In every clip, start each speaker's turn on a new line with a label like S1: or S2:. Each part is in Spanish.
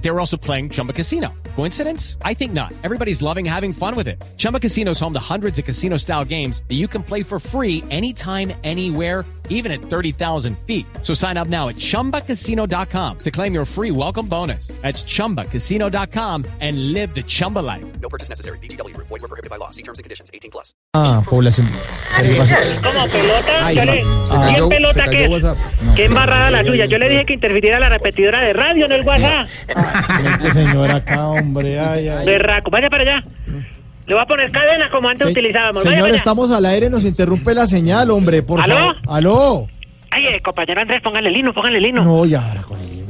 S1: They were also playing Chumba Casino. Coincidence? I think not. Everybody's loving having fun with it. Chumba Casino is home to hundreds of casino style games that you can play for free anytime, anywhere even at 30,000 feet. So sign up now at ChumbaCasino.com to claim your free welcome bonus. That's ChumbaCasino.com and live the Chumba life.
S2: No purchase necessary. BGW. Void were prohibited by law. See terms and conditions. 18 plus.
S3: Ah, población. ¿Qué le pasó?
S4: Como pelota,
S3: Ay,
S4: yo le,
S3: se
S4: ¿quién
S3: cayó-
S4: pelota
S3: se
S4: que
S3: cayó WhatsApp. No.
S4: ¿Qué embarrada la suya? Yo le dije que interfiriera la repetidora de radio, no el WhatsApp.
S3: Este señor acá, hombre. Ay, ay.
S4: Berraco, vaya para allá. Le voy a poner cadena como antes
S3: Se-
S4: utilizábamos. Vaya
S3: Señor,
S4: para allá.
S3: estamos al aire, nos interrumpe la señal, hombre, por
S4: ¿Aló?
S3: favor. ¿Aló?
S4: Ay, eh, compañero Andrés, póngale lino, póngale lino.
S3: No, ya, ahora con el-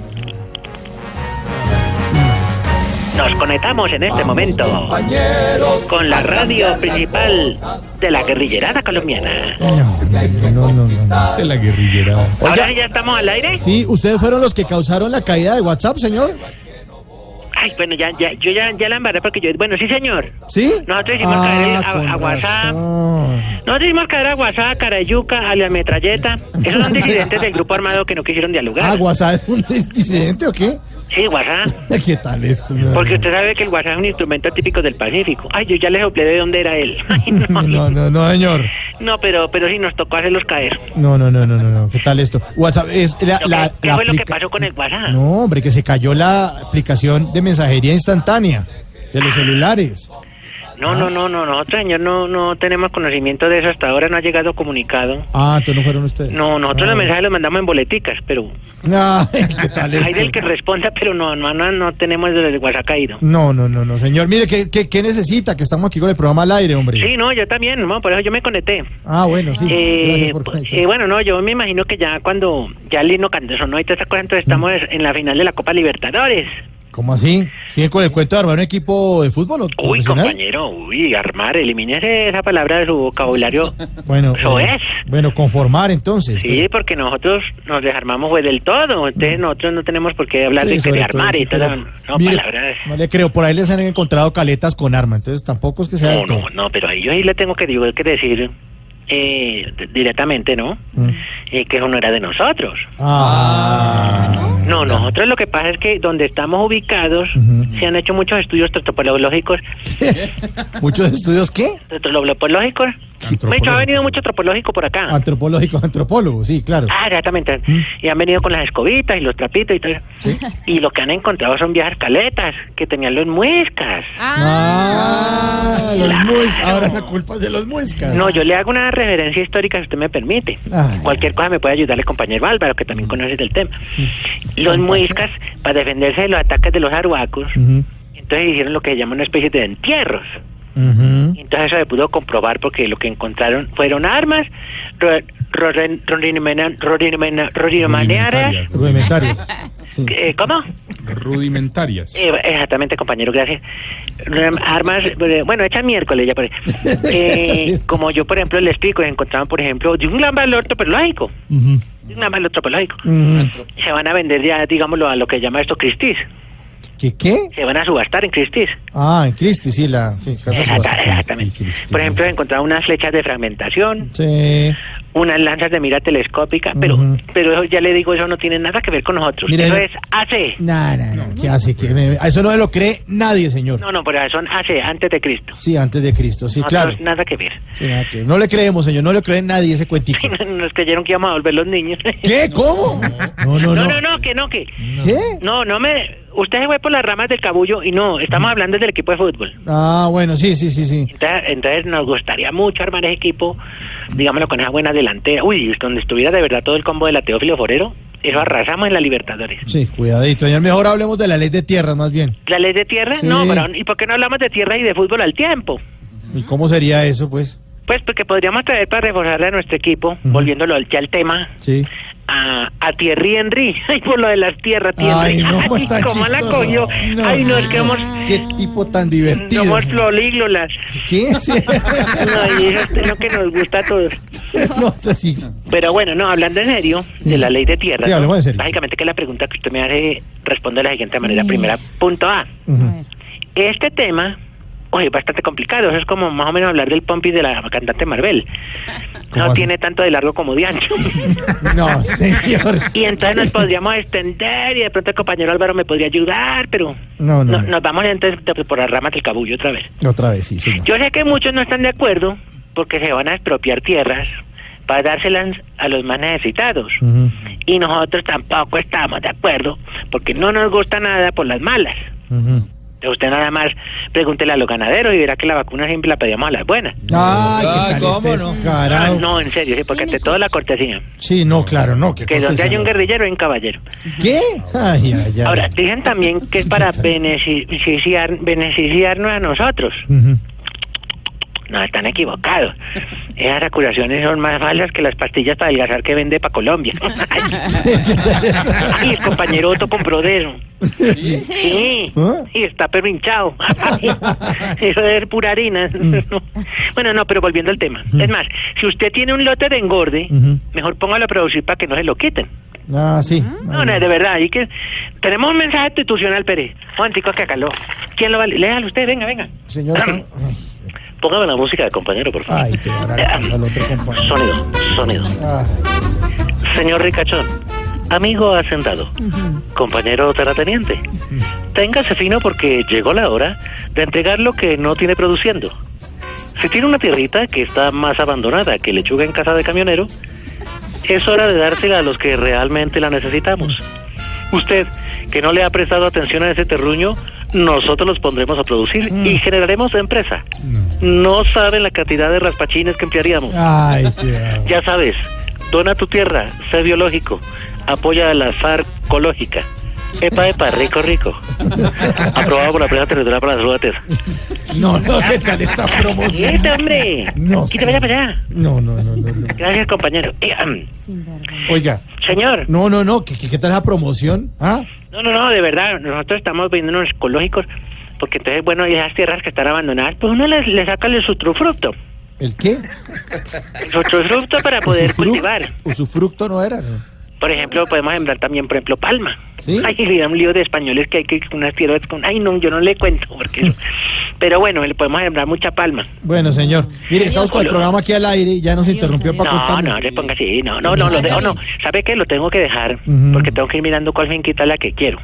S4: Nos conectamos en este momento con la radio principal de la guerrillerada colombiana.
S3: No, no, no, no, no.
S5: De la guerrillera.
S4: Ahora ya estamos al aire.
S3: Sí, ¿ustedes fueron los que causaron la caída de WhatsApp, señor?
S4: Ay, bueno, ya, ya, yo ya, ya la embarré porque yo, bueno, sí señor.
S3: ¿Sí? Ah,
S4: Nosotros hicimos caer a-
S3: con
S4: a WhatsApp.
S3: razón.
S4: Nosotros hicimos caer a Guasá, Carayuca, a la metralleta. Esos son disidentes del grupo armado que no quisieron dialogar.
S3: Ah, WhatsApp es un dis- disidente o qué?
S4: Sí, Guasá.
S3: ¿Qué tal esto?
S4: Porque usted sabe que el Guasá es un instrumento típico del Pacífico. Ay, yo ya le soplé de dónde era él. Ay, no.
S3: No, no, no, señor.
S4: No, pero, pero sí nos tocó hacerlos caer.
S3: No, no, no, no, no, no. ¿Qué tal esto? WhatsApp es la,
S4: Yo
S3: la-
S4: creo- ¿Qué
S3: la
S4: fue lo que
S3: aplica-
S4: pasó con el Guasá?
S3: No, hombre, que se cayó la aplicación de mensajería instantánea de los celulares.
S4: No, no, no, no, nosotros, señor, no, no tenemos conocimiento de eso. Hasta ahora no ha llegado comunicado.
S3: Ah, entonces no fueron ustedes.
S4: No, nosotros los mensajes los mandamos en boleticas, pero
S3: Ah, ¿qué tal
S4: hay del
S3: esto?
S4: que responda, pero no, no, no, no tenemos el Guasá caído.
S3: No, no, no, no, señor. Mire, ¿qué, qué, qué necesita? Que estamos aquí con el programa al aire, hombre.
S4: Sí, no, yo también, no, por eso yo me conecté.
S3: Ah, bueno, sí.
S4: Eh,
S3: Gracias por
S4: pues, eh, bueno, no, yo me imagino que ya cuando ya el himno cuando sonó y todas esas cosas, entonces estamos
S3: Mm.
S4: en la final de la Copa Libertadores.
S3: ¿Cómo así? ¿Siguen con el cuento de armar un equipo de fútbol o
S4: Uy,
S3: profesional?
S4: compañero, uy, armar, elimínese esa palabra de su vocabulario.
S3: Bueno,
S4: Eso
S3: eh,
S4: es.
S3: bueno, conformar entonces.
S4: Sí, porque nosotros nos desarmamos fue del todo, entonces nosotros no tenemos por qué hablar
S3: Mm. Sí,
S4: de que
S3: sobre
S4: de
S3: todo
S4: armar
S3: eso,
S4: y todas
S3: pero,
S4: no,
S3: mire,
S4: palabras.
S3: No le creo, por ahí les han encontrado caletas con arma, entonces tampoco es que sea
S4: No,
S3: del todo.
S4: no, no, pero ahí yo ahí le tengo que, digo, que decir eh, d- directamente, ¿no?
S3: Mm.
S4: Eh, que eso no era de nosotros.
S3: Ah,
S4: No, nosotros lo que pasa es que donde estamos ubicados
S3: Ujú.
S4: se han hecho muchos estudios tropológicos,
S3: ¿Muchos estudios qué?
S4: tropológicos. De hecho, ha venido mucho tropológico por acá.
S3: Ah, Antropológico, antropólogo, sí, claro.
S4: Ah, exactamente.
S3: Mm.
S4: Y han venido con las escobitas y los trapitos y todo. eso. Y lo que han encontrado son viejas caletas que tenían los muescas.
S3: Ah, los
S4: Claro.
S3: muescas. Ahora la culpa es de los muescas.
S4: No, yo le hago una referencia histórica, si usted me permite.
S3: Ay.
S4: Cualquier cosa me puede ayudar el compañero Álvaro, que
S3: Mm.
S4: también conoce del tema. Los muiscas, para defenderse de los ataques de los arhuacos,
S3: Ujú,
S4: entonces hicieron lo que se llama una especie de entierros.
S3: ujú.
S4: Entonces eso se pudo comprobar porque lo que encontraron fueron armas, ro- roren- rorinimena- rorinimena- rorinimanearas,
S3: Rudimentarios. Sí.
S4: eh, ¿cómo?
S5: Rudimentarias.
S4: Eh, exactamente, compañero, gracias. Rem- Armas, eh, bueno, hecha miércoles ya por ahí. Eh, Como yo, por ejemplo, le explico, encontraban, por ejemplo, de un gran valor tropológico,
S3: Ujú,
S4: de un gran valor tropológico.
S3: ujú.
S4: Se van a vender ya, digámoslo, a lo que llama esto Christie's.
S3: ¿Qué qué?
S4: Se van a subastar en Christie's.
S3: Ah, en Christie, sí, la sí, casa
S4: Exacta-
S3: subasta.
S4: Exactamente.
S3: Sí, Christie.
S4: Por ejemplo, encontraban unas flechas de fragmentación.
S3: Sí.
S4: unas lanzas de mira telescópica, pero
S3: Ujú.
S4: pero eso ya le digo, eso no tiene nada que ver con nosotros.
S3: Mire,
S4: eso
S3: yo-
S4: es AC.
S3: No, no, no. ¿Qué hace? ¿Qué- a Eso no lo cree nadie, señor.
S4: No, no, pero son AC, antes de Cristo.
S3: Sí, antes de Cristo, sí,
S4: Nosotros
S3: claro.
S4: nada que ver.
S3: Sí, nada que- No le creemos, señor. No le cree nadie ese cuentico.
S4: Nos creyeron que íbamos a volver los niños.
S3: ¿Qué? ¿Cómo? No, no,
S4: No,
S3: no.
S4: no, no, que no, que.
S3: ¿Qué?
S4: No, no me. Usted se fue por las ramas del cabullo y no, estamos hablando del equipo de fútbol.
S3: Ah, bueno, sí, sí, sí, sí.
S4: Entonces, entonces nos gustaría mucho armar ese equipo, digámoslo, con esa buena delantera. Uy, donde estuviera de verdad todo el combo de la Teófilo Forero, eso arrasamos en la Libertadores.
S3: Sí, cuidadito, señor. Mejor hablemos de la ley de tierras, más bien.
S4: ¿La ley de tierra?
S3: Sí.
S4: No, pero ¿y por qué no hablamos de tierra y de fútbol al tiempo?
S3: ¿Y cómo sería eso, pues?
S4: Pues porque podríamos traer para reforzarle a nuestro equipo, volviéndolo al- ya al tema,
S3: Sí.
S4: a, a Thierry Henry. Ay, por lo de las tierras, Thierry.
S3: Ay, no,
S4: Ay,
S3: está
S4: cómo la
S3: chistoso.
S4: cogió.
S3: No,
S4: Ay, no, es
S3: no.
S4: que hemos...
S3: Qué tipo tan divertido.
S4: Somos políglotas.
S3: ¿Qué? Sí.
S4: No, y eso es lo que nos gusta a todos.
S3: no, sí, sí.
S4: Pero bueno, no, hablando en serio de la ley de tierra.
S3: Sí, hablemos en serio.
S4: Básicamente que la pregunta que usted me hace responde de la siguiente manera. Primera, punto A.
S3: Ujú.
S4: Este tema Oye, bastante complicado. Eso es como más o menos hablar del Pompi de la cantante Marvel.
S3: ¿Cómo
S4: No
S3: así?
S4: tiene tanto de largo como de ancho.
S3: No, señor.
S4: Y entonces nos podríamos extender y de pronto el compañero Álvaro me podría ayudar, pero
S3: No, no,
S4: no-
S3: no.
S4: nos vamos entonces de- por las ramas del cabullo otra vez.
S3: Otra vez, sí, señor.
S4: Yo sé que muchos no están de acuerdo porque se van a expropiar tierras para dárselas a los más necesitados.
S3: Ujú,
S4: Y nosotros tampoco estamos de acuerdo porque no nos gusta nada por las malas.
S3: ujú.
S4: Usted nada más pregúntele a los ganaderos y verá que la vacuna siempre la pedíamos a las buenas.
S3: Ay, ¿qué tal
S6: ¿cómo
S3: este
S6: no?
S4: Ah,
S3: descarado?
S4: no, en serio, sí, porque ante todo la cortesía.
S3: Sí, no, claro, no. Que,
S4: Que
S3: conste,
S4: donde hay un
S3: señor.
S4: guerrillero hay un caballero.
S3: ¿Qué? Ay, ay, ay.
S4: Ahora, dicen también que es para beneficiar, beneficiarnos a nosotros.
S3: Ujú.
S4: No, están equivocados. Esas acuraciones son más falsas que las pastillas para adelgazar que vende para Colombia. Ay, el compañero Otto compró de eso.
S3: Sí.
S4: Sí,
S3: ¿Ah?
S4: y está pero hinchado. Eso es pura harina. Bueno, no, pero volviendo al tema. Es más, si usted tiene un lote de engorde,
S3: Ujú.
S4: mejor póngalo a producir para que no se lo quiten.
S3: Ah, sí.
S4: No, no, de verdad, y que tenemos un mensaje institucional, Pérez. Juantico, que acaló. ¿Quién lo vale? Léalo usted, venga, venga.
S3: Señor, señor.
S4: Póngame la música del compañero, por favor.
S3: Ay, qué ahora le pasa al otro compañero.
S4: Sonido, sonido.
S3: Ay,
S4: Señor Ricachón, amigo asentado, compañero terrateniente, téngase fino porque llegó la hora de entregar lo que no tiene produciendo. Si tiene una tierrita que está más abandonada que lechuga en casa de camionero, es hora de dársela a los que realmente la necesitamos. Usted, que no le ha prestado atención a ese terruño, nosotros los pondremos a producir y generaremos empresa. No saben la cantidad de raspachines que emplearíamos.
S3: ay, qué.
S4: Ya sabes, dona tu tierra, sé biológico, apoya a la farcológica. Epa, epa, rico, rico. Aprobado por la prensa territorial para la salud de Tesa.
S3: No, no, ¿qué tal esta promoción?
S4: ¡Quieto, hombre!
S3: No,
S4: ¡Quita,
S3: señor.
S4: vaya para allá!
S3: No, no, no, no. no.
S4: Gracias, compañero. Eh, ahm,
S3: Oiga,
S4: señor,
S3: no, no, no. ¿Qué, qué, qué tal esa promoción? ¿Ah?
S4: no, no, no, de verdad, nosotros estamos vendiendo unos ecológicos, porque entonces, bueno, y esas tierras que están abandonadas, pues uno le, le saca el sustrufructo.
S3: ¿El qué?
S4: El sustrufructo para poder
S3: Usufruc-
S4: cultivar.
S3: Usufructo no era, ¿no?
S4: Por ejemplo, podemos sembrar también, por ejemplo, palma.
S3: ¿Sí?
S4: Ay, y da un lío de españoles que hay que unas tierras con... Ay, no, yo no le cuento porque... eso- Pero bueno, le podemos sembrar mucha palma.
S3: Bueno, señor. Mire, estamos con el programa aquí al aire y ya nos interrumpió para
S4: No, no,
S3: contarnos.
S4: le ponga así. No, no, no, lo dejo, no. ¿Sabe qué? Lo tengo que dejar
S3: Ujú.
S4: porque tengo que ir mirando cuál finquita es la que quiero.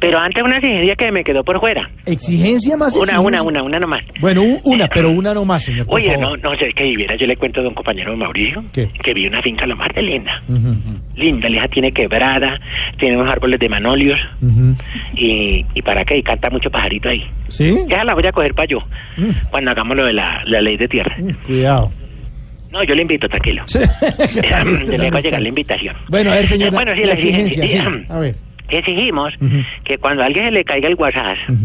S4: Pero antes una exigencia que me quedó por fuera.
S3: Exigencia más
S4: Una,
S3: exigencia.
S4: una, una, una nomás.
S3: Bueno, u- una, pero una nomás, señor. Por
S4: Oye, no,
S3: favor.
S4: no sé, que viviera, yo le cuento a un compañero Mauricio
S3: ¿Qué?
S4: que vi una finca lo más de linda.
S3: Ujú,
S4: Linda, la hija tiene quebrada, tiene unos árboles de manolios
S3: ujú.
S4: y, y para qué, y canta mucho pajarito ahí.
S3: ¿Sí?
S4: Ya la voy a coger para yo, cuando hagamos lo de la, la ley de tierra.
S3: Mm, Cuidado.
S4: No, yo le invito, tranquilo.
S3: ¿Qué tal
S4: Eh,
S3: este
S4: le
S3: tan
S4: hago llegar la
S3: escándalo?
S4: invitación.
S3: Bueno, a ver, señora,
S4: Eh, bueno, sí,
S3: la
S4: la
S3: exigencia,
S4: exigencia,
S3: sí. A ver.
S4: Exigimos
S3: Ujú. Mm.
S4: que cuando a alguien se le caiga el WhatsApp,
S3: Ujú.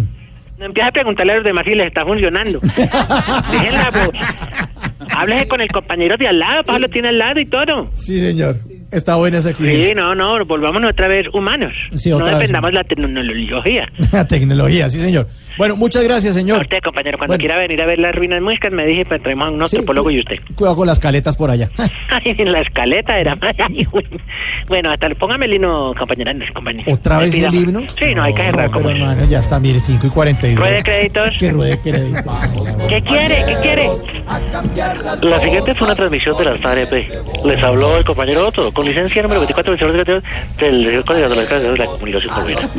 S4: no empiece a preguntarle a los demás si les está funcionando. Dejen la voz. Háblese con el compañero de al lado, Pablo tiene al lado y todo.
S3: Sí, señor. Está buena esa
S4: Sí,
S3: exigencia.
S4: no, no, volvámonos otra vez humanos.
S3: Sí,
S4: no
S3: otra vez.
S4: dependamos de la tecnología.
S3: La tecnología, sí, señor. Bueno, muchas gracias,
S4: A
S3: señor.
S4: usted, compañero, cuando
S3: Bueno.
S4: quiera venir a ver las ruinas muiscas, me dije, pues traemos a un
S3: Sí,
S4: antropólogo y usted.
S3: Cuidado con las caletas por allá.
S4: Ay, en la escaleta era más. Ay, güey. Bueno, hasta póngame el himno, compañera. no, compañera.
S3: ¿Otra vez el
S4: Pidamos.
S3: himno?
S4: Sí, no, hay que cerrar
S3: No,
S4: como
S3: pero,
S4: es.
S3: hermano, ya está, mire, 5 y 42.
S4: Ruede créditos.
S3: Que ruede créditos.
S4: ¿Qué quiere? ¿Qué quiere? La siguiente fue una transmisión de la Altar Les habló el compañero Otto, con licencia número 24 del Código de la Comunicación Colombiana.